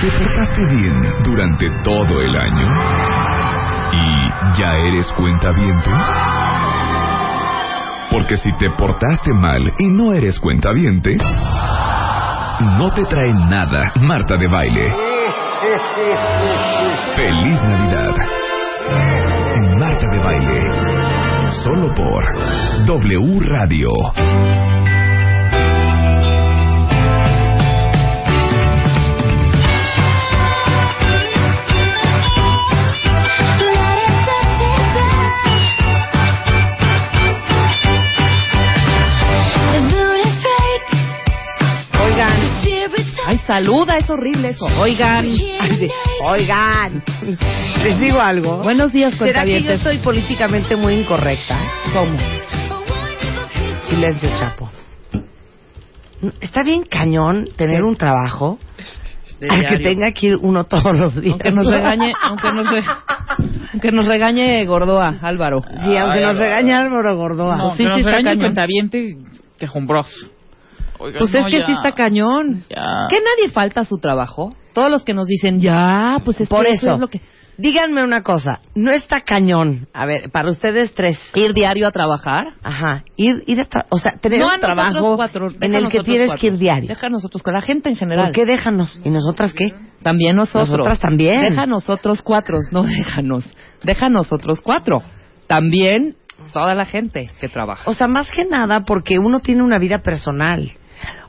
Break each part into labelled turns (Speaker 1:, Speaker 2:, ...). Speaker 1: ¿Te portaste bien durante todo el año? ¿Y ya eres cuentaviente? Porque si te portaste mal y no eres cuentaviente, no te trae nada Marta de Baile. Feliz Navidad. Marta de Baile. Solo por W Radio.
Speaker 2: Oigan, ay, saluda, es horrible eso. Oigan,
Speaker 3: Ay, sí. Oigan, les digo algo.
Speaker 2: buenos días,
Speaker 3: ¿Será que yo
Speaker 2: cuentavientes.
Speaker 3: soy políticamente muy incorrecta? ¿Cómo? Silencio, Chapo. Está bien cañón tener un trabajo al que tenga que ir uno todos los días.
Speaker 2: Aunque nos regañe, aunque nos, re- aunque nos regañe Gordoa, Álvaro. Ah,
Speaker 3: Sí, aunque nos regañe Álvaro Gordoa.
Speaker 4: No,
Speaker 2: sí,
Speaker 4: sí,
Speaker 2: sí
Speaker 4: nos
Speaker 2: está
Speaker 4: regaña el
Speaker 2: cañón.
Speaker 4: cuentaviente quejumbroso. Oigan,
Speaker 2: Pues es
Speaker 4: no,
Speaker 2: que
Speaker 4: ya.
Speaker 2: sí está cañón.
Speaker 4: Ya.
Speaker 2: Que nadie falta a su trabajo. Todos los que nos dicen, ya, pues es
Speaker 3: Por
Speaker 2: que
Speaker 3: eso.
Speaker 2: es lo que...
Speaker 3: Díganme una cosa, no está cañón. A ver, para ustedes tres.
Speaker 2: Ir diario a trabajar.
Speaker 3: Ajá, ir, ir a tra- o sea, tener
Speaker 2: no a
Speaker 3: un
Speaker 2: nosotros
Speaker 3: trabajo
Speaker 2: cuatro, deja
Speaker 3: en el que
Speaker 2: nosotros
Speaker 3: tienes
Speaker 2: cuatro.
Speaker 3: que ir diario.
Speaker 2: Deja a nosotros, con la gente en general.
Speaker 3: ¿Por qué déjanos? ¿Y nosotras qué?
Speaker 2: También nosotros.
Speaker 3: Nosotras también.
Speaker 2: Deja a nosotros cuatro, no déjanos. Deja a nosotros cuatro. También toda la gente que trabaja.
Speaker 3: O sea, más que nada porque uno tiene una vida personal.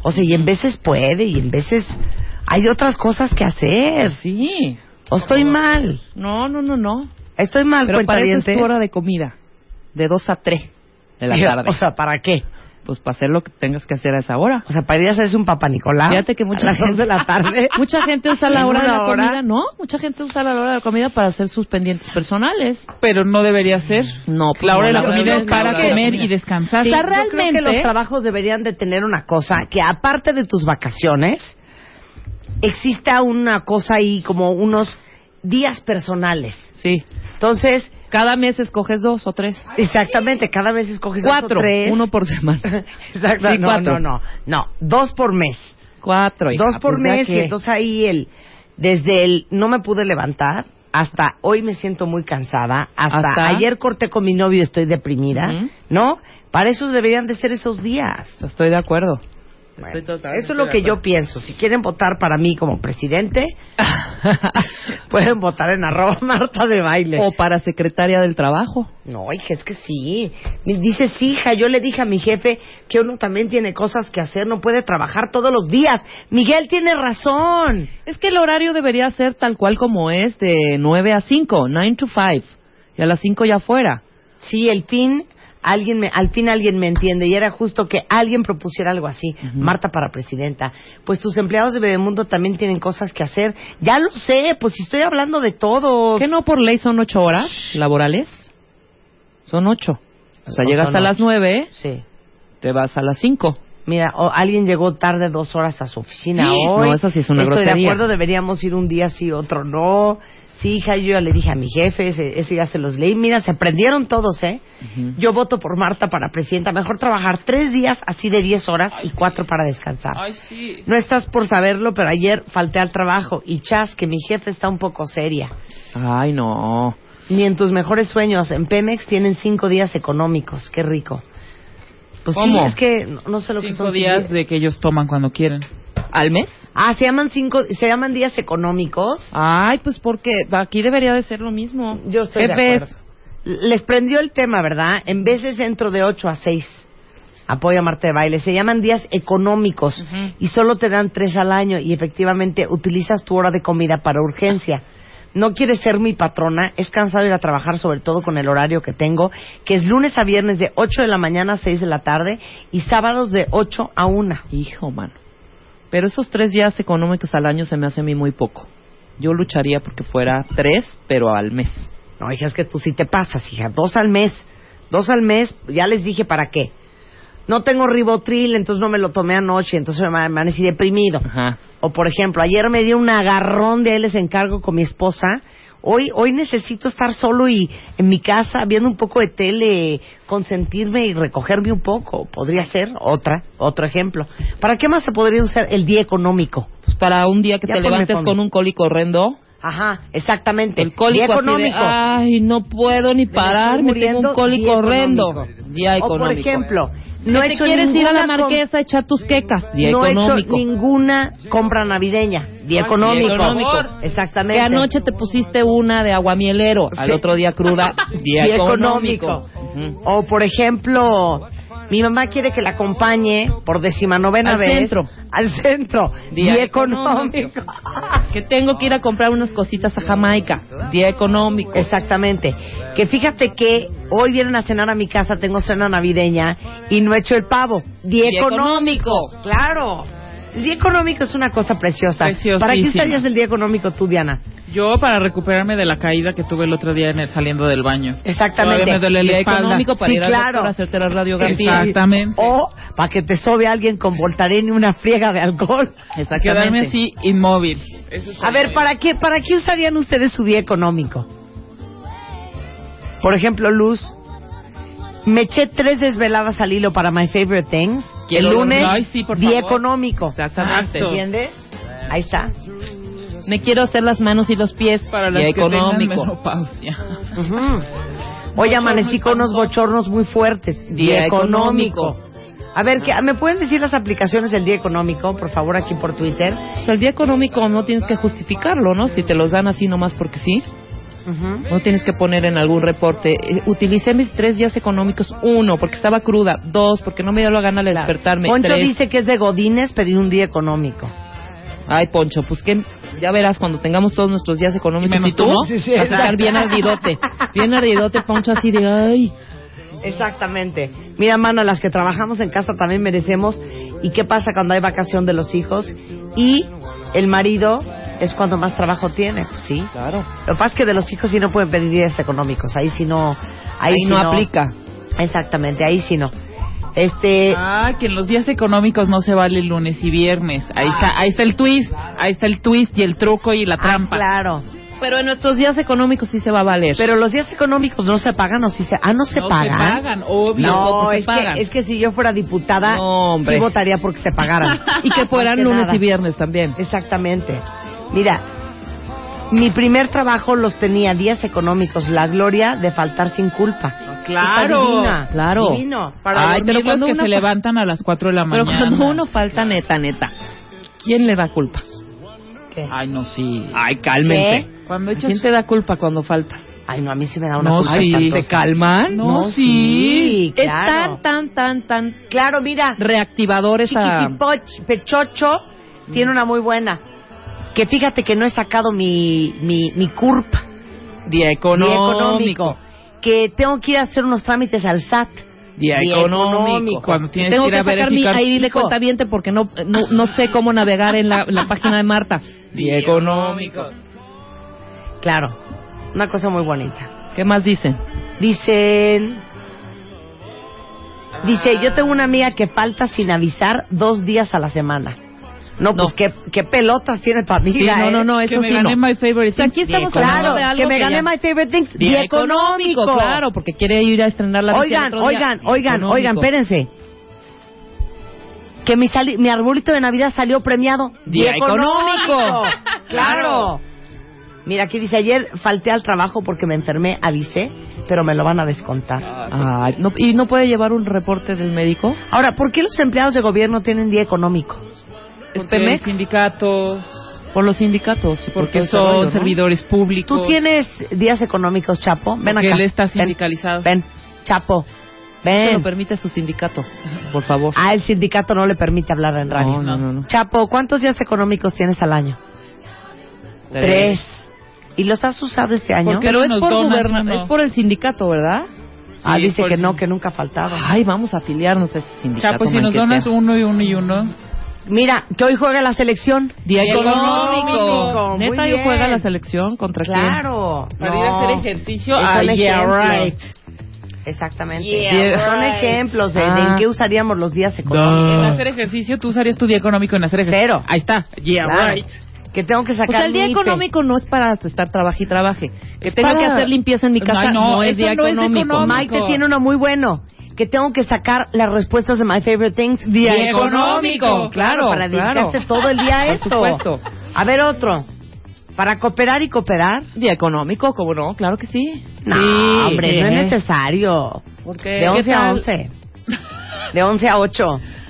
Speaker 3: O sea, y en veces puede, y en veces hay otras cosas que hacer.
Speaker 2: Eh, Sí.
Speaker 3: O estoy mal,
Speaker 2: No, no, no, no.
Speaker 3: estoy mal,
Speaker 2: Pero para eso es
Speaker 3: cuentavientes.
Speaker 2: tu hora de comida. De dos a tres de la tarde.
Speaker 3: O sea, ¿para qué?
Speaker 2: pues para hacer lo que tengas que hacer a esa hora.
Speaker 3: O sea, para ir a hacerse un papá Nicolás.
Speaker 2: Fíjate que mucha
Speaker 3: Ah, a las
Speaker 2: gente-
Speaker 3: 11 de la tarde.
Speaker 2: Mucha gente usa la
Speaker 3: ¿En
Speaker 2: hora de
Speaker 3: una
Speaker 2: la
Speaker 3: hora?
Speaker 2: comida, ¿no? Mucha gente usa la hora de la comida para hacer sus pendientes personales.
Speaker 4: Pero no debería ser.
Speaker 2: No, pues
Speaker 4: La hora de
Speaker 2: no,
Speaker 4: la comida
Speaker 2: verdad
Speaker 4: es
Speaker 2: que
Speaker 4: para
Speaker 2: la hora de la
Speaker 4: comer
Speaker 2: comida.
Speaker 4: y descansar.
Speaker 2: Sí.
Speaker 4: O sea,
Speaker 2: Yo creo
Speaker 3: Yo creo que
Speaker 2: realmente-
Speaker 3: los trabajos deberían de tener una cosa, que aparte de tus vacaciones, exista una cosa ahí como unos días personales.
Speaker 2: Sí.
Speaker 3: Entonces,
Speaker 2: Cada mes escoges dos o tres.
Speaker 3: exactamente, cada vez escoges dos o
Speaker 2: Cuatro.
Speaker 3: tres.
Speaker 2: Uno por semana.
Speaker 3: Exacto,
Speaker 2: Sí,
Speaker 3: no,
Speaker 2: cuatro.
Speaker 3: no, no, no, dos por mes,
Speaker 2: Cuatro. hija,
Speaker 3: dos por
Speaker 2: pues ya
Speaker 3: mes, y
Speaker 2: que-
Speaker 3: entonces ahí el, desde el no me pude levantar hasta hoy me siento muy cansada, hasta,
Speaker 2: Hasta-
Speaker 3: ayer corté con mi novio y estoy deprimida,
Speaker 2: Ujú.
Speaker 3: ¿no? Para eso deberían de ser esos días.
Speaker 2: Estoy de acuerdo.
Speaker 3: Bueno,
Speaker 2: Estoy totalmente
Speaker 3: eso es lo
Speaker 2: de
Speaker 3: que
Speaker 2: acuerdo.
Speaker 3: yo pienso. Si quieren votar para mí como presidente, pueden votar en arroba Marta de Baile.
Speaker 2: o para secretaria del trabajo.
Speaker 3: No, hija, es que sí. Mi- Dices, hija, yo le dije a mi jefe que uno también tiene cosas que hacer, no puede trabajar todos los días. Miguel tiene razón.
Speaker 2: Es que el horario debería ser tal cual como es, de 9 a 5, 9 to 5. Y a las 5 ya fuera.
Speaker 3: Sí, el fin, alguien me, al fin alguien me entiende y era justo que alguien propusiera algo así. Marta para presidenta. Pues tus empleados de Bebemundo también tienen cosas que hacer. Ya lo sé, pues si estoy hablando de todo.
Speaker 2: ¿Qué no por ley son 8 horas laborales? Son 8. O sea,
Speaker 3: No,
Speaker 2: llegas
Speaker 3: son
Speaker 2: a las
Speaker 3: ocho.
Speaker 2: 9,
Speaker 3: Sí.
Speaker 2: te vas a las 5.
Speaker 3: Mira, o- alguien llegó tarde dos horas a su oficina
Speaker 2: Sí.
Speaker 3: hoy.
Speaker 2: No, eso sí es una
Speaker 3: Estoy de
Speaker 2: grosería.
Speaker 3: acuerdo, deberíamos ir un día sí, otro no. Sí, hija, yo ya le dije a mi jefe, ese, ese ya se los leí. Mira, se prendieron todos, ¿eh? Yo voto por Marta para presidenta. Mejor trabajar tres días así de diez horas y cuatro para descansar.
Speaker 4: Ay, sí.
Speaker 3: No estás por saberlo, pero ayer falté al trabajo y chas, que mi jefe está un poco seria.
Speaker 2: Ay, no.
Speaker 3: Ni en tus mejores sueños. En Pemex tienen cinco días económicos. Qué rico. Pues
Speaker 4: ¿Cómo?
Speaker 3: sí, es que no, no sé lo que
Speaker 4: Cinco
Speaker 3: son
Speaker 4: días de que ellos toman cuando quieren.
Speaker 2: ¿Al mes?
Speaker 3: Ah, se llaman cinco, se llaman días económicos.
Speaker 2: Ay, pues porque aquí debería de ser lo mismo.
Speaker 3: Yo estoy de
Speaker 2: Jefes,
Speaker 3: acuerdo. Les prendió el tema, ¿verdad? En veces dentro de ocho a seis. Apoyo a Marte de Baile. Se llaman días económicos
Speaker 4: Ujú.
Speaker 3: y solo te dan tres al año y efectivamente utilizas tu hora de comida para urgencia. No quieres ser mi patrona, es cansado ir a trabajar, sobre todo con el horario que tengo, que es lunes a viernes de 8 de la mañana a 6 de la tarde y sábados de 8 a 1.
Speaker 2: Hijo, mano. Pero esos tres días económicos al año se me hace a mí muy poco. Yo lucharía porque fuera tres, pero al mes.
Speaker 3: No, hija, es que tú sí te pasas, hija. Dos al mes. Dos al mes, ya les dije para qué. No tengo ribotril, entonces no me lo tomé anoche, entonces me amanecí deprimido.
Speaker 2: Ajá.
Speaker 3: O, por ejemplo, ayer me dio un agarrón de ahí les encargo con mi esposa. Hoy, hoy necesito estar solo y en mi casa viendo un poco de tele, consentirme y recogerme un poco. Podría ser otra, otro ejemplo. ¿Para qué más se podría usar el día económico?
Speaker 2: Pues para un día que
Speaker 3: Ya
Speaker 2: te
Speaker 3: ponme
Speaker 2: levantes
Speaker 3: fondo.
Speaker 2: con un cólico horrendo,
Speaker 3: Ajá, exactamente.
Speaker 2: el cólico
Speaker 3: Día
Speaker 2: así de,
Speaker 3: económico.
Speaker 2: ay, no puedo ni
Speaker 3: Me estoy
Speaker 2: parar, me tengo
Speaker 3: muriendo,
Speaker 2: un cólico
Speaker 3: día
Speaker 2: horrendo.
Speaker 3: económico.
Speaker 2: Día
Speaker 3: O
Speaker 2: económico.
Speaker 3: por ejemplo, no
Speaker 2: Que
Speaker 3: he
Speaker 2: te
Speaker 3: hecho
Speaker 2: quieres ir a la
Speaker 3: ninguna com-
Speaker 2: marquesa a echar tus quecas. Día
Speaker 3: no he hecho
Speaker 2: económico.
Speaker 3: ninguna compra navideña. Día
Speaker 4: Ay,
Speaker 3: económico.
Speaker 2: día económico.
Speaker 3: Exactamente.
Speaker 2: Que anoche te pusiste una de aguamielero, al
Speaker 3: Sí.
Speaker 2: otro día cruda, día,
Speaker 3: Día
Speaker 2: económico.
Speaker 3: económico. O por ejemplo, mi mamá quiere que la acompañe por decimanovena
Speaker 2: Al
Speaker 3: vez
Speaker 2: centro.
Speaker 3: al centro. Día,
Speaker 2: Día
Speaker 3: económico.
Speaker 2: Ujú. Que tengo que ir a comprar unas cositas a Jamaica, día económico.
Speaker 3: Exactamente. Que fíjate que hoy vienen a cenar a mi casa, tengo cena navideña y no he hecho el pavo. Día,
Speaker 2: Día
Speaker 3: económico.
Speaker 2: económico.
Speaker 3: Claro. El día económico es una cosa preciosa.
Speaker 4: Preciosísima.
Speaker 3: ¿Para qué usarías el día económico tú, Diana?
Speaker 4: Yo para recuperarme de la caída que tuve el otro día en el- saliendo del baño.
Speaker 3: Exactamente.
Speaker 4: Todavía me duele la
Speaker 2: Día
Speaker 4: espalda.
Speaker 2: económico para
Speaker 3: Sí,
Speaker 2: ir
Speaker 3: claro.
Speaker 2: al doctor a hacerte la radiografía.
Speaker 4: Exacto. Exactamente.
Speaker 3: O para que te sobe alguien con Voltaren y una friega de alcohol.
Speaker 2: Exactamente.
Speaker 4: Quedarme así inmóvil.
Speaker 3: A ver, ¿para qué, ¿para qué usarían ustedes su día económico? Por ejemplo, Luz, me eché tres desveladas al hilo para My Favorite Things.
Speaker 4: Quiero
Speaker 3: el lunes,
Speaker 4: dormir. Ay, sí, por
Speaker 3: día
Speaker 4: favor.
Speaker 3: económico.
Speaker 4: Exactamente.
Speaker 3: ¿Entiendes? Ahí está.
Speaker 2: Me quiero hacer las manos y los pies
Speaker 4: Para las
Speaker 2: día
Speaker 4: que tengan
Speaker 2: económico.
Speaker 4: menopausia.
Speaker 3: Ujú. Hoy amanecí con unos bochornos muy fuertes. Día
Speaker 2: Día
Speaker 3: económico.
Speaker 2: económico.
Speaker 3: A ver, ¿qué- ¿me pueden decir las aplicaciones del día económico, por favor, aquí por Twitter?
Speaker 2: O sea, el día económico no tienes que justificarlo, ¿no? Si te los dan así nomás porque sí.
Speaker 3: Ujú.
Speaker 2: No tienes que poner en algún reporte. eh, Utilicé mis tres días económicos. Uno, porque estaba cruda. Dos, porque no me dio la gana de despertarme.
Speaker 3: Poncho
Speaker 2: Tres,
Speaker 3: dice que es de Godines pedir un día económico.
Speaker 2: Ay, Poncho, pues que ya verás cuando tengamos todos nuestros días económicos.
Speaker 4: Y menos
Speaker 2: ¿Y tú?
Speaker 4: tú.
Speaker 2: ¿no?
Speaker 3: Sí, sí,
Speaker 2: Vas a
Speaker 3: exacto.
Speaker 2: estar bien ardidote. Bien ardidote, Poncho, así de ay.
Speaker 3: Exactamente. Mira, mano, las que trabajamos en casa también merecemos. ¿Y qué pasa cuando hay vacación de los hijos? Y el marido es cuando más trabajo tiene. Pues sí.
Speaker 2: Claro.
Speaker 3: Lo que pasa es que de los hijos sí no pueden pedir días económicos. Ahí sí no. Ahí,
Speaker 2: Ahí,
Speaker 3: sí
Speaker 2: no, aplica.
Speaker 3: Exactamente, ahí sí no.
Speaker 2: Eh,
Speaker 3: Este.
Speaker 4: Ah, que en los días económicos no se vale lunes y viernes. Ahí está, ahí está el twist, ahí está el twist y el truco y la
Speaker 3: ah,
Speaker 4: trampa.
Speaker 3: claro.
Speaker 2: Pero en nuestros días económicos sí se va a valer.
Speaker 3: Pero los días económicos no se pagan o sí se. Ah, no se
Speaker 4: no
Speaker 3: pagan.
Speaker 4: se pagan, obvio.
Speaker 3: No,
Speaker 4: tampoco se
Speaker 3: es
Speaker 4: pagan.
Speaker 3: que, es que si yo fuera diputada,
Speaker 2: No, hombre.
Speaker 3: sí votaría porque se pagaran.
Speaker 2: y que fueran
Speaker 3: Más que
Speaker 2: lunes
Speaker 3: nada.
Speaker 2: y viernes también.
Speaker 3: Exactamente. Mira, mi primer trabajo los tenía días económicos, la gloria de faltar sin culpa.
Speaker 4: Claro,
Speaker 3: Está divina,
Speaker 2: claro.
Speaker 3: divino.
Speaker 4: Para
Speaker 2: Ay,
Speaker 4: dormir
Speaker 2: pero
Speaker 4: los
Speaker 2: cuando
Speaker 4: que
Speaker 2: uno
Speaker 4: se
Speaker 2: fa-
Speaker 4: levantan a las 4 de la
Speaker 2: Pero
Speaker 4: mañana.
Speaker 2: cuando uno falta neta, neta, ¿quién le da culpa?
Speaker 3: ¿Qué?
Speaker 4: Ay, no, sí.
Speaker 2: Ay,
Speaker 3: cálmense.
Speaker 4: Cuando echas...
Speaker 2: ¿Quién te da culpa cuando faltas?
Speaker 3: Ay, no, a mí sí me da una
Speaker 4: No,
Speaker 3: culpa
Speaker 4: sí.
Speaker 3: espantosa.
Speaker 2: ¿Se calman?
Speaker 4: No,
Speaker 3: No, sí,
Speaker 4: sí.
Speaker 3: claro.
Speaker 2: Es tan, tan, tan, tan
Speaker 3: Claro, mira,
Speaker 2: reactivador esa... Mm.
Speaker 3: Chiquitipoch, Pechocho tiene una muy buena. Que fíjate que no he sacado mi, mi, mi CURP,
Speaker 2: Día
Speaker 3: mi
Speaker 2: económico.
Speaker 3: económico. Que tengo que ir a hacer unos trámites al SAT.
Speaker 2: Día
Speaker 3: Día
Speaker 2: económico.
Speaker 3: económico.
Speaker 4: Cuando tienes
Speaker 2: Tengo
Speaker 4: que ir
Speaker 2: que
Speaker 4: a
Speaker 2: sacar mi
Speaker 4: verificar.
Speaker 2: ID de cuenta porque no, no, no sé cómo navegar en la, la página de Marta. Día económico.
Speaker 3: Claro, una cosa muy bonita.
Speaker 2: ¿Qué más dicen?
Speaker 3: Dicen. Dice, yo tengo una amiga que falta sin avisar dos días a la semana. No,
Speaker 2: No.
Speaker 3: pues ¿qué, qué pelotas tiene tu amiga.
Speaker 2: Sí, no,
Speaker 3: ¿eh?
Speaker 2: no, no,
Speaker 4: Que
Speaker 2: eso
Speaker 4: me
Speaker 2: sí
Speaker 4: gané
Speaker 2: no.
Speaker 4: my favorite
Speaker 2: O sea, aquí
Speaker 4: thing.
Speaker 2: estamos
Speaker 4: Día
Speaker 2: hablando
Speaker 3: Claro,
Speaker 2: de algo
Speaker 3: que me
Speaker 2: que
Speaker 3: gane
Speaker 2: ya-
Speaker 3: My Favorite Things.
Speaker 2: Día económico, claro, porque quiere ir a estrenar la bestia el
Speaker 3: Oigan,
Speaker 2: otro día.
Speaker 3: oigan,
Speaker 2: Día
Speaker 3: oigan,
Speaker 2: económico.
Speaker 3: oigan, espérense. Que mi, sali- mi arbolito de Navidad salió premiado.
Speaker 2: Día económico.
Speaker 3: claro. Mira, aquí dice, ayer falté al trabajo porque me enfermé, avisé, pero me lo van a descontar.
Speaker 2: Ay, no- ¿Y no puede llevar un reporte del médico?
Speaker 3: Ahora, ¿por qué los empleados de gobierno tienen día económico? Este
Speaker 4: Porque
Speaker 2: ¿Es Pemex?
Speaker 4: sindicatos,
Speaker 2: Por los sindicatos. y por todo
Speaker 4: porque
Speaker 2: ese
Speaker 4: son
Speaker 2: rollo, ¿no?
Speaker 4: servidores públicos.
Speaker 3: ¿Tú tienes días económicos, Chapo? Ven
Speaker 4: Porque
Speaker 3: acá.
Speaker 4: él está
Speaker 3: Ven,
Speaker 4: sindicalizado.
Speaker 3: Ven, Chapo.
Speaker 2: Se lo
Speaker 3: Ven.
Speaker 2: permite su sindicato, por favor.
Speaker 3: Ah, el sindicato no le permite hablar en radio.
Speaker 2: no, no, no. no.
Speaker 3: Chapo, ¿cuántos días económicos tienes al año? Tres. ¿Y los has usado este año?
Speaker 4: ¿Por qué?
Speaker 2: Pero es
Speaker 4: Nos
Speaker 2: por,
Speaker 4: donas
Speaker 2: guberna-
Speaker 4: uno.
Speaker 2: es por el sindicato, ¿verdad?
Speaker 3: ah,
Speaker 4: Sí,
Speaker 3: dice
Speaker 4: por
Speaker 3: que
Speaker 4: el
Speaker 3: no,
Speaker 4: sin-
Speaker 3: que nunca faltaba.
Speaker 2: Ay, vamos a afiliarnos a ese sindicato.
Speaker 4: Chapo, pues si nos
Speaker 2: manquetea.
Speaker 4: donas uno y uno y uno.
Speaker 3: Mira, que hoy juega la selección.
Speaker 2: Día
Speaker 4: Día
Speaker 2: económico.
Speaker 3: económico,
Speaker 2: Neta,
Speaker 3: muy
Speaker 2: yo juega
Speaker 3: bien.
Speaker 2: la selección contra
Speaker 3: Claro.
Speaker 4: Para ir a
Speaker 3: No.
Speaker 4: hacer ejercicio.
Speaker 3: Es un
Speaker 4: Ah, yeah,
Speaker 3: ejemplo.
Speaker 4: right.
Speaker 3: Exactamente.
Speaker 2: Yeah,
Speaker 3: Son
Speaker 2: right.
Speaker 3: ejemplos de, de
Speaker 2: Ah.
Speaker 3: en qué usaríamos los días
Speaker 4: En
Speaker 3: económicos.
Speaker 4: hacer ejercicio, tú usarías tu día económico en hacer ejercicio.
Speaker 3: Cero.
Speaker 4: Ahí está. Yeah,
Speaker 3: Claro.
Speaker 4: right. Pues
Speaker 3: Que tengo que
Speaker 2: quién. O
Speaker 3: sacar
Speaker 2: sea, Pues el día
Speaker 3: mi IPE.
Speaker 2: económico no es para estar trabaje y trabaje. Que
Speaker 4: Es
Speaker 2: tenga
Speaker 4: para-
Speaker 2: que hacer limpieza en mi casa
Speaker 4: Ay, no,
Speaker 2: no, es
Speaker 4: eso
Speaker 2: día
Speaker 4: no es
Speaker 2: económico.
Speaker 4: económico.
Speaker 3: Maite tiene uno muy bueno. que tengo que sacar las respuestas de My Favorite Things
Speaker 4: Día
Speaker 3: Claro,
Speaker 4: económico. Claro,
Speaker 3: para
Speaker 2: claro.
Speaker 3: dedicarse todo el día a
Speaker 2: Por
Speaker 3: eso.
Speaker 2: supuesto.
Speaker 3: A ver, otro. Para cooperar y cooperar.
Speaker 2: Día económico, ¿cómo no? Claro que sí. ¿eh?
Speaker 3: No,
Speaker 4: Sí,
Speaker 3: hombre,
Speaker 4: sí.
Speaker 3: no es necesario.
Speaker 2: Porque,
Speaker 3: De 11 a 11. De 11 a 8.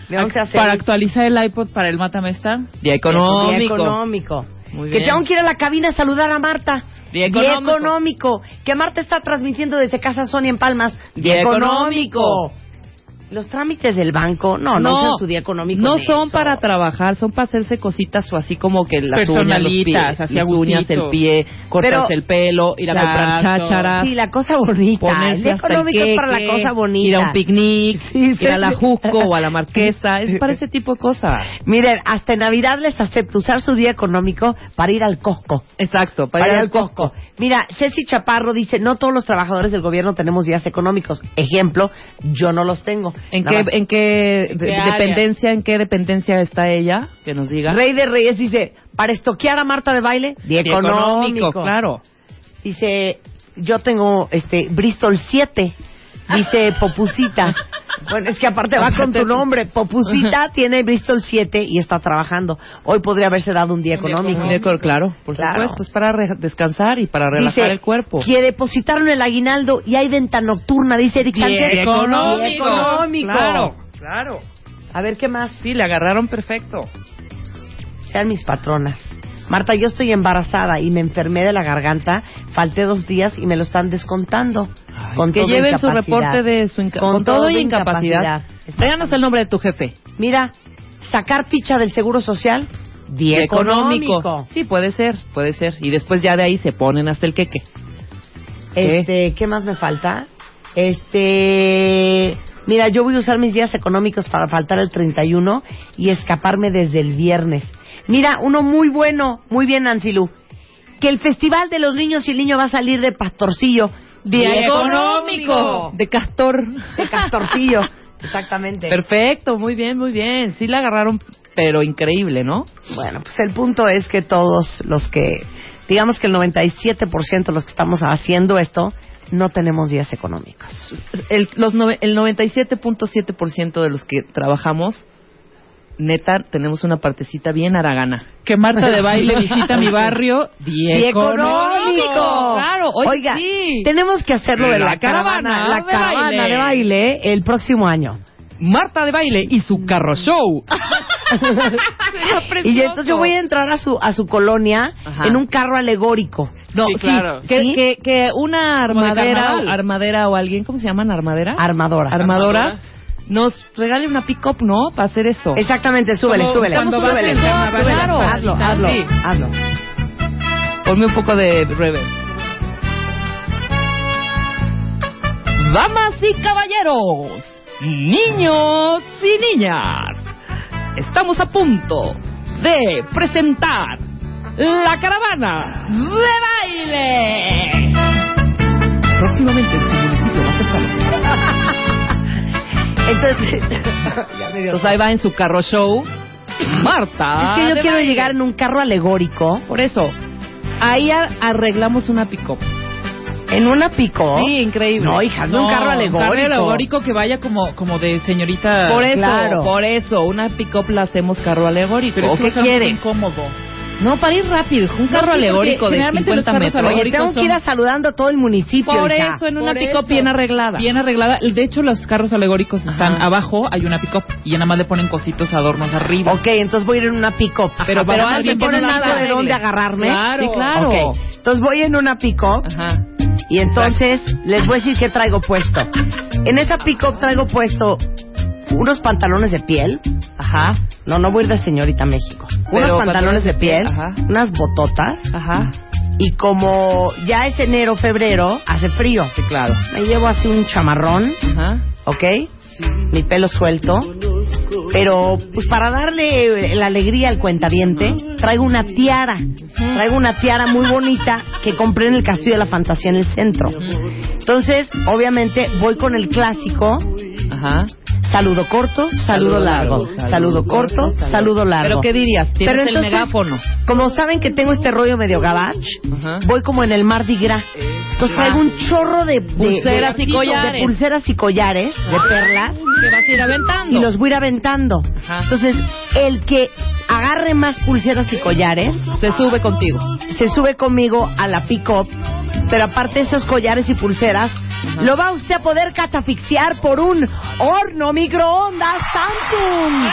Speaker 3: De 11 a 6.
Speaker 4: Para actualizar el iPod para el Mátame está.
Speaker 2: Día
Speaker 3: Día
Speaker 2: económico.
Speaker 3: económico.
Speaker 2: Muy
Speaker 3: que
Speaker 2: bien.
Speaker 3: tengo que ir a la cabina a saludar a Marta.
Speaker 2: Día económico.
Speaker 3: económico. Que Marta está transmitiendo desde Casa Sony en Palmas.
Speaker 2: Día económico.
Speaker 3: Los trámites del banco, no, no, usan su día económico.
Speaker 2: No
Speaker 3: en
Speaker 2: son
Speaker 3: eso.
Speaker 2: para trabajar, son para hacerse cositas o así como que las uñas, los
Speaker 4: Personalitas,
Speaker 2: pies,
Speaker 4: así a
Speaker 2: las uñas,
Speaker 4: gustito.
Speaker 2: el pie, cortarse
Speaker 3: Pero-
Speaker 2: el pelo, ir a
Speaker 4: Exacto.
Speaker 2: comprar chácharas,
Speaker 3: Sí, la cosa bonita. el
Speaker 2: ponerse
Speaker 3: día
Speaker 2: hasta el
Speaker 3: económico es para la
Speaker 2: queque,
Speaker 3: cosa bonita.
Speaker 2: ir a un picnic,
Speaker 3: Sí, sí,
Speaker 2: ir a la
Speaker 3: sí.
Speaker 2: Jusco o a la Marquesa, es para ese tipo de cosas.
Speaker 3: Miren, hasta en Navidad les acepto usar su día económico para ir al Costco.
Speaker 2: Exacto, para, ir al Costco.
Speaker 3: Mira, Ceci Chaparro dice, no todos los trabajadores del gobierno tenemos días económicos. Ejemplo, yo no los tengo.
Speaker 2: ¿En
Speaker 3: Nada
Speaker 2: qué,
Speaker 3: más.
Speaker 2: en qué,
Speaker 4: ¿En
Speaker 2: de-
Speaker 4: qué área?
Speaker 2: dependencia, en qué dependencia está ella? Que nos diga.
Speaker 3: Rey de Reyes dice, para estoquear a Marta de baile, día
Speaker 2: Día
Speaker 3: económico.
Speaker 2: claro.
Speaker 3: Dice, yo tengo este Bristol 7. Dice Popusita. Bueno, es que aparte va con tu nombre. Popusita tiene Bristol 7 y está trabajando. Hoy podría haberse dado un día
Speaker 4: Un día
Speaker 3: económico.
Speaker 2: De acuerdo, claro, por
Speaker 3: Claro.
Speaker 2: supuesto, es para re- descansar y para relajar
Speaker 3: Dice,
Speaker 2: el cuerpo.
Speaker 3: Que depositaron el aguinaldo y hay venta nocturna, dice Eric
Speaker 4: Bien,
Speaker 3: Sánchez.
Speaker 4: económico.
Speaker 3: Bien, económico.
Speaker 2: Claro, claro.
Speaker 3: A ver, ¿qué más?
Speaker 2: Sí, le agarraron perfecto.
Speaker 3: Sean mis patronas. Marta, yo estoy embarazada y me enfermé de la garganta. Falté dos días y me lo están descontando. con
Speaker 2: que
Speaker 3: todo
Speaker 2: lleven su
Speaker 3: incapacidad.
Speaker 2: reporte de su inca-
Speaker 3: Con todo
Speaker 2: todo y incapacidad.
Speaker 3: incapacidad.
Speaker 2: Tráiganos el nombre de tu jefe.
Speaker 3: Mira, sacar ficha del seguro social, día económico.
Speaker 2: Sí, puede ser, puede ser. Y después ya de ahí se ponen hasta el queque.
Speaker 3: Este, ¿qué más me falta? Este, mira, yo voy a usar mis días económicos para faltar el 31 y escaparme desde el viernes. Mira, uno muy bueno, muy bien, Nancy Lu. Que el Festival de los Niños y el Niño va a salir de Pastorcillo.
Speaker 4: Día
Speaker 3: Bien.
Speaker 4: económico.
Speaker 2: De castor.
Speaker 3: De Pastorcillo, exactamente.
Speaker 2: Perfecto, muy bien, muy bien. Sí la agarraron, pero increíble, ¿no?
Speaker 3: Bueno, pues el punto es que todos los que, digamos que el 97% de los que estamos haciendo esto, no tenemos días económicos.
Speaker 2: El, los nove- el 97.7% de los que trabajamos, neta, tenemos una partecita bien aragana.
Speaker 4: Que Marta de baile visita mi barrio.
Speaker 3: Y
Speaker 4: Día
Speaker 3: económico.
Speaker 4: Claro, hoy
Speaker 3: Oiga,
Speaker 4: sí.
Speaker 3: tenemos que hacerlo de la,
Speaker 4: La
Speaker 3: caravana,
Speaker 4: caravana
Speaker 3: la
Speaker 4: de
Speaker 3: caravana
Speaker 4: baile.
Speaker 3: de baile ¿eh? el próximo año.
Speaker 2: Marta de baile y su carro show.
Speaker 3: Y yo- entonces yo voy a entrar a su a su colonia
Speaker 2: Ajá.
Speaker 3: en un carro alegórico.
Speaker 2: No,
Speaker 4: Sí,
Speaker 2: sí,
Speaker 4: claro.
Speaker 2: Que,
Speaker 3: ¿Sí?
Speaker 2: que- que una
Speaker 4: Como de
Speaker 2: armadera,
Speaker 4: carnaval.
Speaker 2: armadera o alguien, ¿cómo se llaman? ¿Armadera?
Speaker 3: Armadora.
Speaker 2: Armadoras.
Speaker 4: Armadoras.
Speaker 2: Nos regale una pick-up, ¿no? Para hacer esto.
Speaker 3: Exactamente, súbele,
Speaker 4: Como
Speaker 3: súbele.
Speaker 4: cuando vas
Speaker 3: súbele,
Speaker 4: en carnaval,
Speaker 3: súbele.
Speaker 4: claro.
Speaker 3: Hazlo, hazlo,
Speaker 4: Sí.
Speaker 3: hazlo.
Speaker 2: Ponme un poco de reverb. Damas y caballeros, niños y niñas, estamos a punto de presentar la caravana de baile. Próximamente en su municipio más cercano.
Speaker 3: Entonces, Ya me dio
Speaker 2: Entonces ahí va en su carro show. Marta.
Speaker 3: Es que yo
Speaker 2: de
Speaker 3: quiero
Speaker 2: baile.
Speaker 3: llegar en un carro alegórico,
Speaker 2: Por eso, ahí ar- arreglamos una pick-up.
Speaker 3: en una pico.
Speaker 2: Sí, increíble.
Speaker 3: No, hija, hazme
Speaker 4: No,
Speaker 3: un carro alegórico.
Speaker 4: carro alegórico que vaya como, como de señorita.
Speaker 2: Por eso,
Speaker 3: Claro.
Speaker 2: por eso, una pick-up la hacemos carro alegórico.
Speaker 4: Pero es que
Speaker 2: ¿Qué
Speaker 4: va a ser
Speaker 2: quieres?
Speaker 4: incómodo.
Speaker 2: No, para ir rápido, un carro
Speaker 4: sí, porque
Speaker 2: alegórico de
Speaker 4: generalmente los
Speaker 2: 50
Speaker 4: carros
Speaker 2: metros.
Speaker 3: Oye,
Speaker 4: alegóricos
Speaker 3: tengo que ir a
Speaker 4: son-
Speaker 3: saludando a todo el municipio.
Speaker 2: por
Speaker 3: hija.
Speaker 2: eso, en una
Speaker 4: Por
Speaker 2: pick-up
Speaker 4: eso.
Speaker 2: bien arreglada.
Speaker 4: Bien arreglada. De hecho, los carros alegóricos están
Speaker 2: Ajá.
Speaker 4: abajo, hay una pick-up y ya nada más le ponen cositos, adornos arriba.
Speaker 3: Ok, entonces voy a ir en una pick-up.
Speaker 2: Pero
Speaker 3: Pero
Speaker 2: para
Speaker 3: alguien
Speaker 2: alguien que
Speaker 3: pone
Speaker 2: no las
Speaker 3: algo de
Speaker 2: arregle.
Speaker 3: dónde agarrarme.
Speaker 4: Claro.
Speaker 2: Sí, claro.
Speaker 3: Ok, entonces voy en una pick-up
Speaker 2: Ajá.
Speaker 3: y entonces les voy a decir qué traigo puesto. En esa pick-up traigo puesto unos pantalones de piel.
Speaker 2: Ajá.
Speaker 3: No, no voy a ir de señorita México.
Speaker 2: Pero
Speaker 3: unos pantalones de piel,
Speaker 2: ajá.
Speaker 3: unas bototas
Speaker 2: Ajá.
Speaker 3: y como ya es enero, febrero, hace frío.
Speaker 2: Sí, claro.
Speaker 3: Me llevo así un chamarrón,
Speaker 2: Ajá.
Speaker 3: ¿ok? Mi pelo suelto. Pero, pues para darle eh, la alegría al cuentaviente, traigo una tiara. Traigo una tiara muy bonita que compré en el Castillo de la Fantasía en el centro. Entonces, obviamente, voy con el clásico
Speaker 2: Ajá.
Speaker 3: Saludo corto, saludo,
Speaker 2: Saludo
Speaker 3: largo.
Speaker 2: largo,
Speaker 3: Saludo,
Speaker 2: saludo
Speaker 3: corto,
Speaker 2: corto,
Speaker 3: saludo,
Speaker 2: saludo-
Speaker 3: largo.
Speaker 2: ¿Pero qué dirías? ¿Tienes
Speaker 3: Pero
Speaker 2: el
Speaker 3: entonces,
Speaker 2: megáfono?
Speaker 3: Como saben que tengo este rollo medio gabach,
Speaker 2: Ajá.
Speaker 3: voy como en el Mardi Gras. Entonces
Speaker 2: Ah.
Speaker 3: traigo un chorro de, de-
Speaker 2: Pulseras
Speaker 3: de-
Speaker 2: y collares.
Speaker 3: de pulseras y collares, de perlas,
Speaker 2: Te vas a ir aventando.
Speaker 3: y los voy a ir aventando.
Speaker 2: Ajá.
Speaker 3: Entonces, el que agarre más pulseras y collares,
Speaker 2: Se sube contigo.
Speaker 3: se sube conmigo a la pick-up, pero aparte esos collares y pulseras, lo va usted a poder catafixiar por un horno microondas Samsung.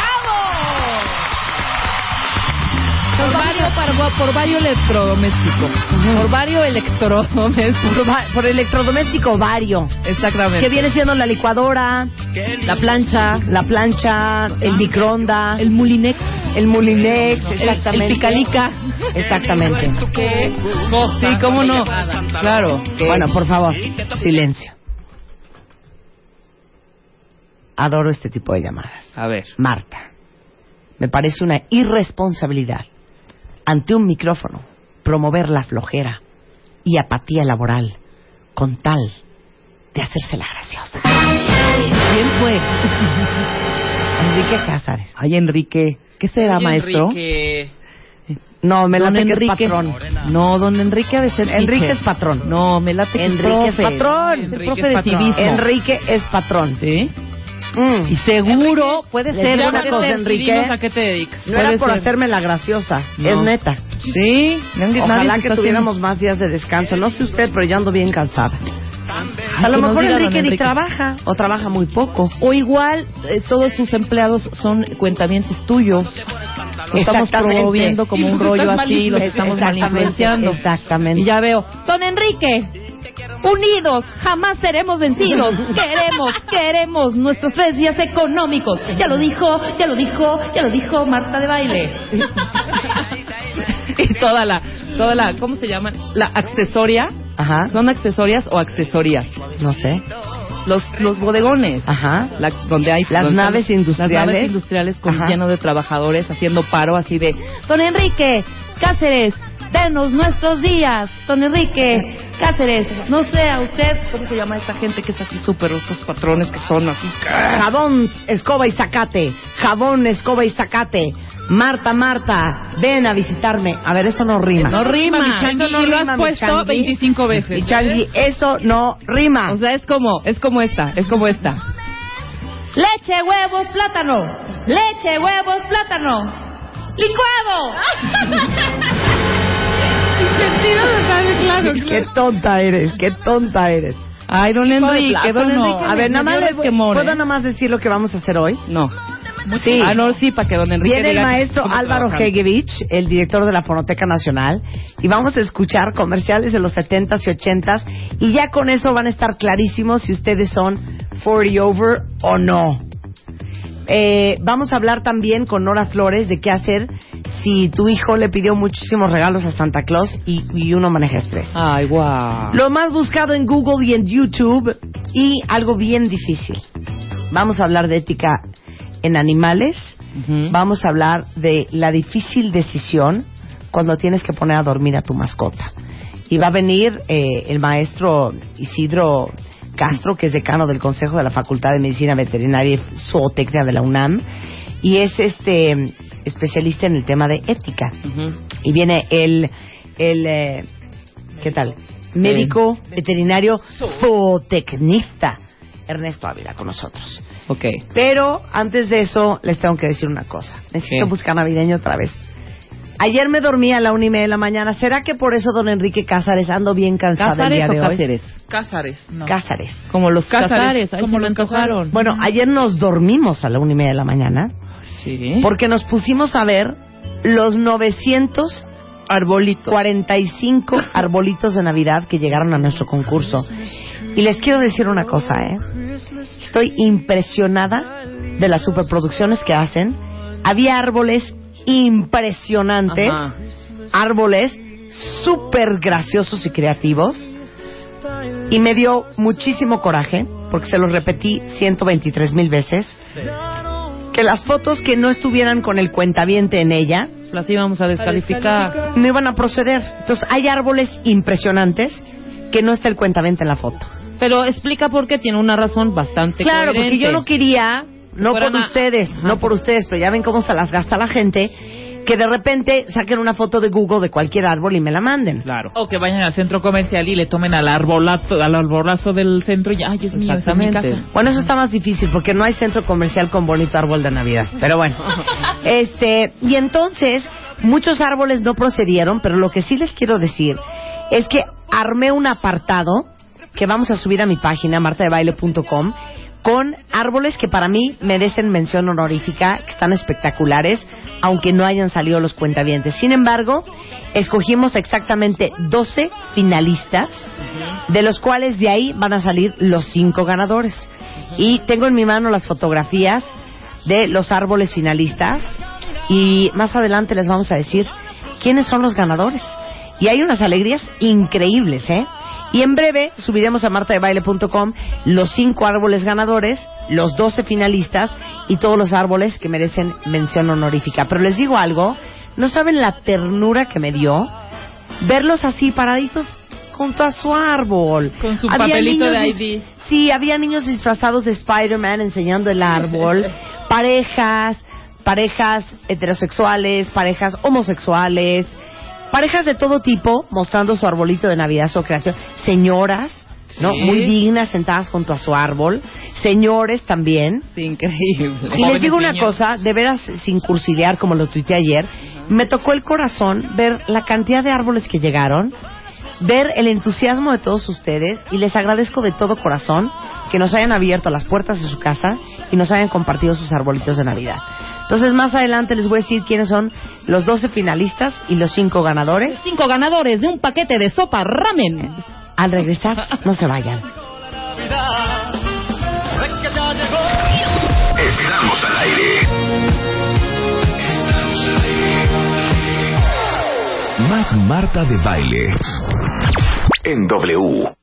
Speaker 2: Por varios, por, por varios electrodomésticos. Por varios electrodomésticos.
Speaker 3: Por, va- por electrodoméstico vario, que
Speaker 2: Exactamente.
Speaker 3: viene siendo la licuadora,
Speaker 2: La plancha,
Speaker 3: la plancha, el microondas,
Speaker 2: el mulinex,
Speaker 3: el Mulinex,
Speaker 2: el, el
Speaker 3: exactamente.
Speaker 2: picalica.
Speaker 3: Exactamente.
Speaker 2: Sí, cómo no. Claro.
Speaker 4: Eh,
Speaker 3: Bueno, por favor, silencio. Adoro este tipo de llamadas.
Speaker 2: a ver.
Speaker 3: Marta, me parece una irresponsabilidad ante un micrófono promover la flojera y apatía laboral con tal de hacerse la graciosa.
Speaker 2: ¿Quién fue?
Speaker 3: Enrique Cázares.
Speaker 2: Ay, Enrique. ¿Qué será, maestro?
Speaker 3: No, me la
Speaker 2: don
Speaker 3: que es
Speaker 2: Enrique.
Speaker 3: patrón.
Speaker 2: No, don Enrique ha de ser
Speaker 3: Enrique
Speaker 2: teacher.
Speaker 3: es patrón.
Speaker 2: No, me late que
Speaker 3: Enrique es
Speaker 2: profe.
Speaker 3: patrón.
Speaker 2: Es el
Speaker 4: Enrique
Speaker 2: profe
Speaker 4: es
Speaker 2: de
Speaker 4: patrón.
Speaker 2: civismo.
Speaker 3: Enrique es patrón.
Speaker 2: Sí.
Speaker 3: Mm.
Speaker 2: Y seguro puede
Speaker 3: Les
Speaker 2: ser
Speaker 3: digo
Speaker 2: una
Speaker 3: una
Speaker 2: cosa,
Speaker 3: cosa,
Speaker 2: Enrique.
Speaker 3: Enrique.
Speaker 4: ¿A qué te dedicas?
Speaker 3: No era
Speaker 2: puede
Speaker 3: por
Speaker 2: ser.
Speaker 3: hacerme la graciosa,
Speaker 2: No.
Speaker 3: es neta.
Speaker 2: Sí. Nadie- nadie
Speaker 3: Ojalá
Speaker 2: se
Speaker 3: que
Speaker 2: está haciendo-
Speaker 3: tuviéramos más días de descanso. No sé usted, pero yo ando bien cansada.
Speaker 2: Ay,
Speaker 3: A lo
Speaker 2: que nos
Speaker 3: mejor
Speaker 2: diga, don
Speaker 3: Enrique ni
Speaker 2: Enrique.
Speaker 3: trabaja o trabaja muy poco.
Speaker 2: O igual eh, todos sus empleados son cuentamientos tuyos. Lo estamos
Speaker 3: Exactamente.
Speaker 2: promoviendo como un
Speaker 4: Los
Speaker 2: rollo
Speaker 4: estás
Speaker 2: así, los
Speaker 4: malinflu-
Speaker 2: estamos mal
Speaker 3: Exactamente,
Speaker 2: influenciando.
Speaker 3: Exactamente.
Speaker 2: Y ya veo, Don Enrique, unidos, jamás seremos vencidos. Queremos, queremos nuestros tres días económicos. Ya lo dijo, ya lo dijo, ya lo dijo Marta de Baile. y toda la, toda la, ¿cómo se llaman? La accesoria.
Speaker 3: Ajá.
Speaker 2: ¿Son accesorias o accesorias?
Speaker 3: No sé.
Speaker 2: Los, los bodegones.
Speaker 3: Ajá.
Speaker 2: La- donde hay
Speaker 3: Las
Speaker 2: donde
Speaker 3: naves
Speaker 2: están-
Speaker 3: industriales.
Speaker 2: las naves industriales con
Speaker 3: Ajá.
Speaker 2: lleno de trabajadores haciendo paro así de Don Enrique Cáceres denos nuestros días Don Enrique Cáceres no sé a usted cómo se llama esta gente que está así súper estos patrones que son así
Speaker 3: Jabón, escoba y zacate. Jabón, escoba y zacate. Marta, Marta, ven a visitarme. A ver, eso no rima.
Speaker 2: no rima
Speaker 4: mi chango,
Speaker 2: Eso
Speaker 4: no lo
Speaker 2: rima,
Speaker 4: has
Speaker 2: mi
Speaker 4: puesto
Speaker 2: chango.
Speaker 4: 25 veces. ¿eh?
Speaker 3: Y Changi, eso no rima.
Speaker 2: o sea es como es como esta es como esta leche huevos plátano leche huevos plátano licuado
Speaker 3: qué tonta eres, qué tonta eres.
Speaker 2: ay don Enrique don
Speaker 4: plátano.
Speaker 2: Enrique
Speaker 3: A ver, nada más
Speaker 2: medio
Speaker 3: les voy-
Speaker 2: resquemor,
Speaker 3: ¿puedo
Speaker 2: ¿eh?
Speaker 3: nada más decir lo que vamos a hacer hoy?
Speaker 2: No.
Speaker 3: Sí.
Speaker 2: Ah, no, sí, para que don Enrique.
Speaker 3: Viene el
Speaker 2: diga que
Speaker 3: maestro
Speaker 2: estuvo
Speaker 3: Álvaro
Speaker 2: trabajando.
Speaker 3: Hegevich, el director de la Fonoteca Nacional, y vamos a escuchar comerciales de los 70s y 80s, y ya con eso van a estar clarísimos si ustedes son 40 over o no. Eh, vamos a hablar también con Nora Flores de qué hacer si tu hijo le pidió muchísimos regalos a Santa Claus y, y uno maneja estrés.
Speaker 2: Ay, guau.
Speaker 3: Lo más buscado en Google y en YouTube y algo bien difícil. Vamos a hablar de ética en animales.
Speaker 2: Ujú.
Speaker 3: Vamos a hablar de la difícil decisión cuando tienes que poner a dormir a tu mascota. Y va a venir eh, el maestro Isidro Castro, que es decano del Consejo de la Facultad de Medicina Veterinaria y Zootecnia de la UNAM, y es este especialista en el tema de ética.
Speaker 2: Ujú.
Speaker 3: Y viene el, el eh, ¿qué tal? Médico
Speaker 2: Eh,
Speaker 3: veterinario zootecnista Ernesto Ávila con nosotros.
Speaker 2: Ok.
Speaker 3: Pero antes de eso, les tengo que decir una cosa. Necesito
Speaker 2: ¿Qué?
Speaker 3: buscar navideño otra vez. Ayer me dormí a la una y media de la mañana. ¿Será que por eso don Enrique Cázares ando bien cansado el
Speaker 2: ¿Cázares
Speaker 3: día
Speaker 2: o
Speaker 3: de hoy?
Speaker 2: Cáceres?
Speaker 4: Cázares, no.
Speaker 3: Cázares.
Speaker 2: Como los
Speaker 4: Cázares,
Speaker 2: Cázares. ahí
Speaker 4: como
Speaker 2: se me
Speaker 4: los Cázares.
Speaker 2: antojaron.
Speaker 3: Bueno, ayer nos dormimos a la una y media de la mañana
Speaker 2: Sí.
Speaker 3: porque nos pusimos a ver los 900
Speaker 2: arbolito.
Speaker 3: 45 arbolitos de Navidad que llegaron a nuestro concurso. Y les quiero decir una cosa, ¿eh? Estoy impresionada de las superproducciones que hacen. Había árboles impresionantes,
Speaker 2: Ajá.
Speaker 3: árboles súper graciosos y creativos. Y me dio muchísimo coraje, porque se los repetí 123 mil veces, que las fotos que no estuvieran con el cuentaviente en ella,
Speaker 2: Las íbamos Pues a descalificar.
Speaker 3: no iban a proceder. Entonces, hay árboles impresionantes que no está el cuentavente en la foto.
Speaker 2: Pero explica por qué tiene una razón bastante
Speaker 3: Claro, porque
Speaker 2: coherente.
Speaker 3: yo no quería, no
Speaker 2: fueran
Speaker 3: por
Speaker 2: a-
Speaker 3: ustedes, no por ustedes, pero ya ven cómo se las gasta la gente, que de repente saquen una foto de Google de cualquier árbol y me la manden.
Speaker 4: Claro. O que vayan al centro comercial y le tomen al arbolato, al arbolazo del centro y ay, es mío, es de mi
Speaker 2: Exactamente.
Speaker 4: casa.
Speaker 3: Bueno, eso está más difícil porque no hay centro comercial con bonito árbol de Navidad. Pero bueno. este, y entonces, muchos árboles no procedieron, pero lo que sí les quiero decir es que armé un apartado que vamos a subir a mi página, martadebaile.com, con árboles que para mí merecen mención honorífica, que están espectaculares, aunque no hayan salido los cuentavientes. Sin embargo, escogimos exactamente 12 finalistas de los cuales de ahí van a salir los cinco ganadores. Y tengo en mi mano las fotografías de los árboles finalistas y más adelante les vamos a decir quiénes son los ganadores. Y hay unas alegrías increíbles, ¿eh? Y en breve subiremos a martadebaile.com los cinco árboles ganadores, los 12 finalistas y todos los árboles que merecen mención honorífica. Pero les digo algo, no saben la ternura que me dio verlos así paraditos junto a su árbol.
Speaker 4: Con su papelito de
Speaker 3: niños
Speaker 4: ID.
Speaker 3: Sí, había niños disfrazados de Spider-Man enseñando el árbol, parejas, parejas heterosexuales, parejas homosexuales, parejas de todo tipo mostrando su arbolito de Navidad, su creación, señoras, ¿no?
Speaker 4: Sí.
Speaker 3: Muy dignas sentadas junto a su árbol, señores también.
Speaker 2: Increíble.
Speaker 3: Y les
Speaker 4: Jóvenes
Speaker 3: digo una
Speaker 4: niños.
Speaker 3: cosa, de veras sin cursilear como lo tuiteé ayer, me tocó el corazón ver la cantidad de árboles que llegaron, ver el entusiasmo de todos ustedes y les agradezco de todo corazón que nos hayan abierto las puertas de su casa y nos hayan compartido sus arbolitos de Navidad. Entonces más adelante les voy a decir quiénes son los 12 finalistas y los 5 ganadores.
Speaker 2: Cinco ganadores de un paquete de sopa ramen.
Speaker 3: Al regresar, no se vayan.
Speaker 1: Estamos al aire. Estamos al aire. Más Marta de Baile. En W.